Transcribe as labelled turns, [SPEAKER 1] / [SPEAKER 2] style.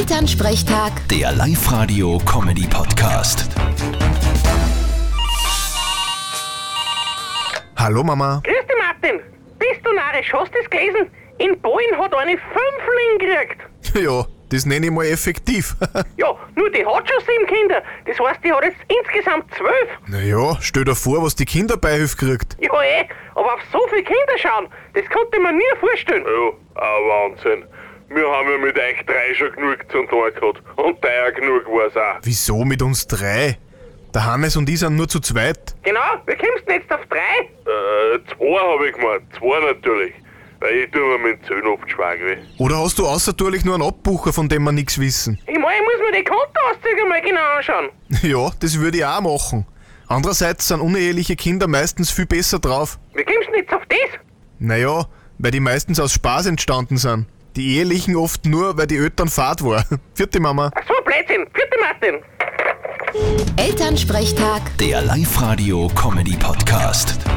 [SPEAKER 1] Elternsprechtag,
[SPEAKER 2] Der Live-Radio-Comedy-Podcast.
[SPEAKER 3] Hallo Mama.
[SPEAKER 4] Grüß dich, Martin. Bist du narrisch? Hast du das gelesen? In Polen hat eine Fünfling gekriegt.
[SPEAKER 3] Ja, das nenne ich mal effektiv.
[SPEAKER 4] Ja, nur die hat schon sieben Kinder. Das heißt, die hat jetzt insgesamt zwölf.
[SPEAKER 3] naja, stell dir vor, was die Kinderbeihilfe kriegt.
[SPEAKER 4] Ja, eh. Aber auf so viele Kinder schauen, das konnte man nie vorstellen.
[SPEAKER 5] Ja, ein Wahnsinn. Wir haben ja mit euch drei schon genug zum Tag gehabt. Und teuer genug war's auch.
[SPEAKER 3] Wieso mit uns drei? Der Hannes und ich sind nur zu zweit.
[SPEAKER 4] Genau, wir kommst denn jetzt auf drei?
[SPEAKER 5] Äh, zwei habe ich gemeint. Zwei natürlich. Weil ich tue mir mit Zöhn oft schwanger.
[SPEAKER 3] Oder hast du außertürlich nur einen Abbucher, von dem wir nichts wissen?
[SPEAKER 4] Ich meine, ich muss mir die Kontoauszüge mal genau anschauen.
[SPEAKER 3] ja, das würde ich auch machen. Andererseits sind uneheliche Kinder meistens viel besser drauf.
[SPEAKER 4] Wie kommst denn jetzt auf das?
[SPEAKER 3] Naja, weil die meistens aus Spaß entstanden sind. Die Ehelichen oft nur, weil die Eltern fad war. Vierte Mama.
[SPEAKER 4] Ach so, Blödsinn. Vierte Martin.
[SPEAKER 1] Elternsprechtag.
[SPEAKER 2] Der Live-Radio-Comedy-Podcast.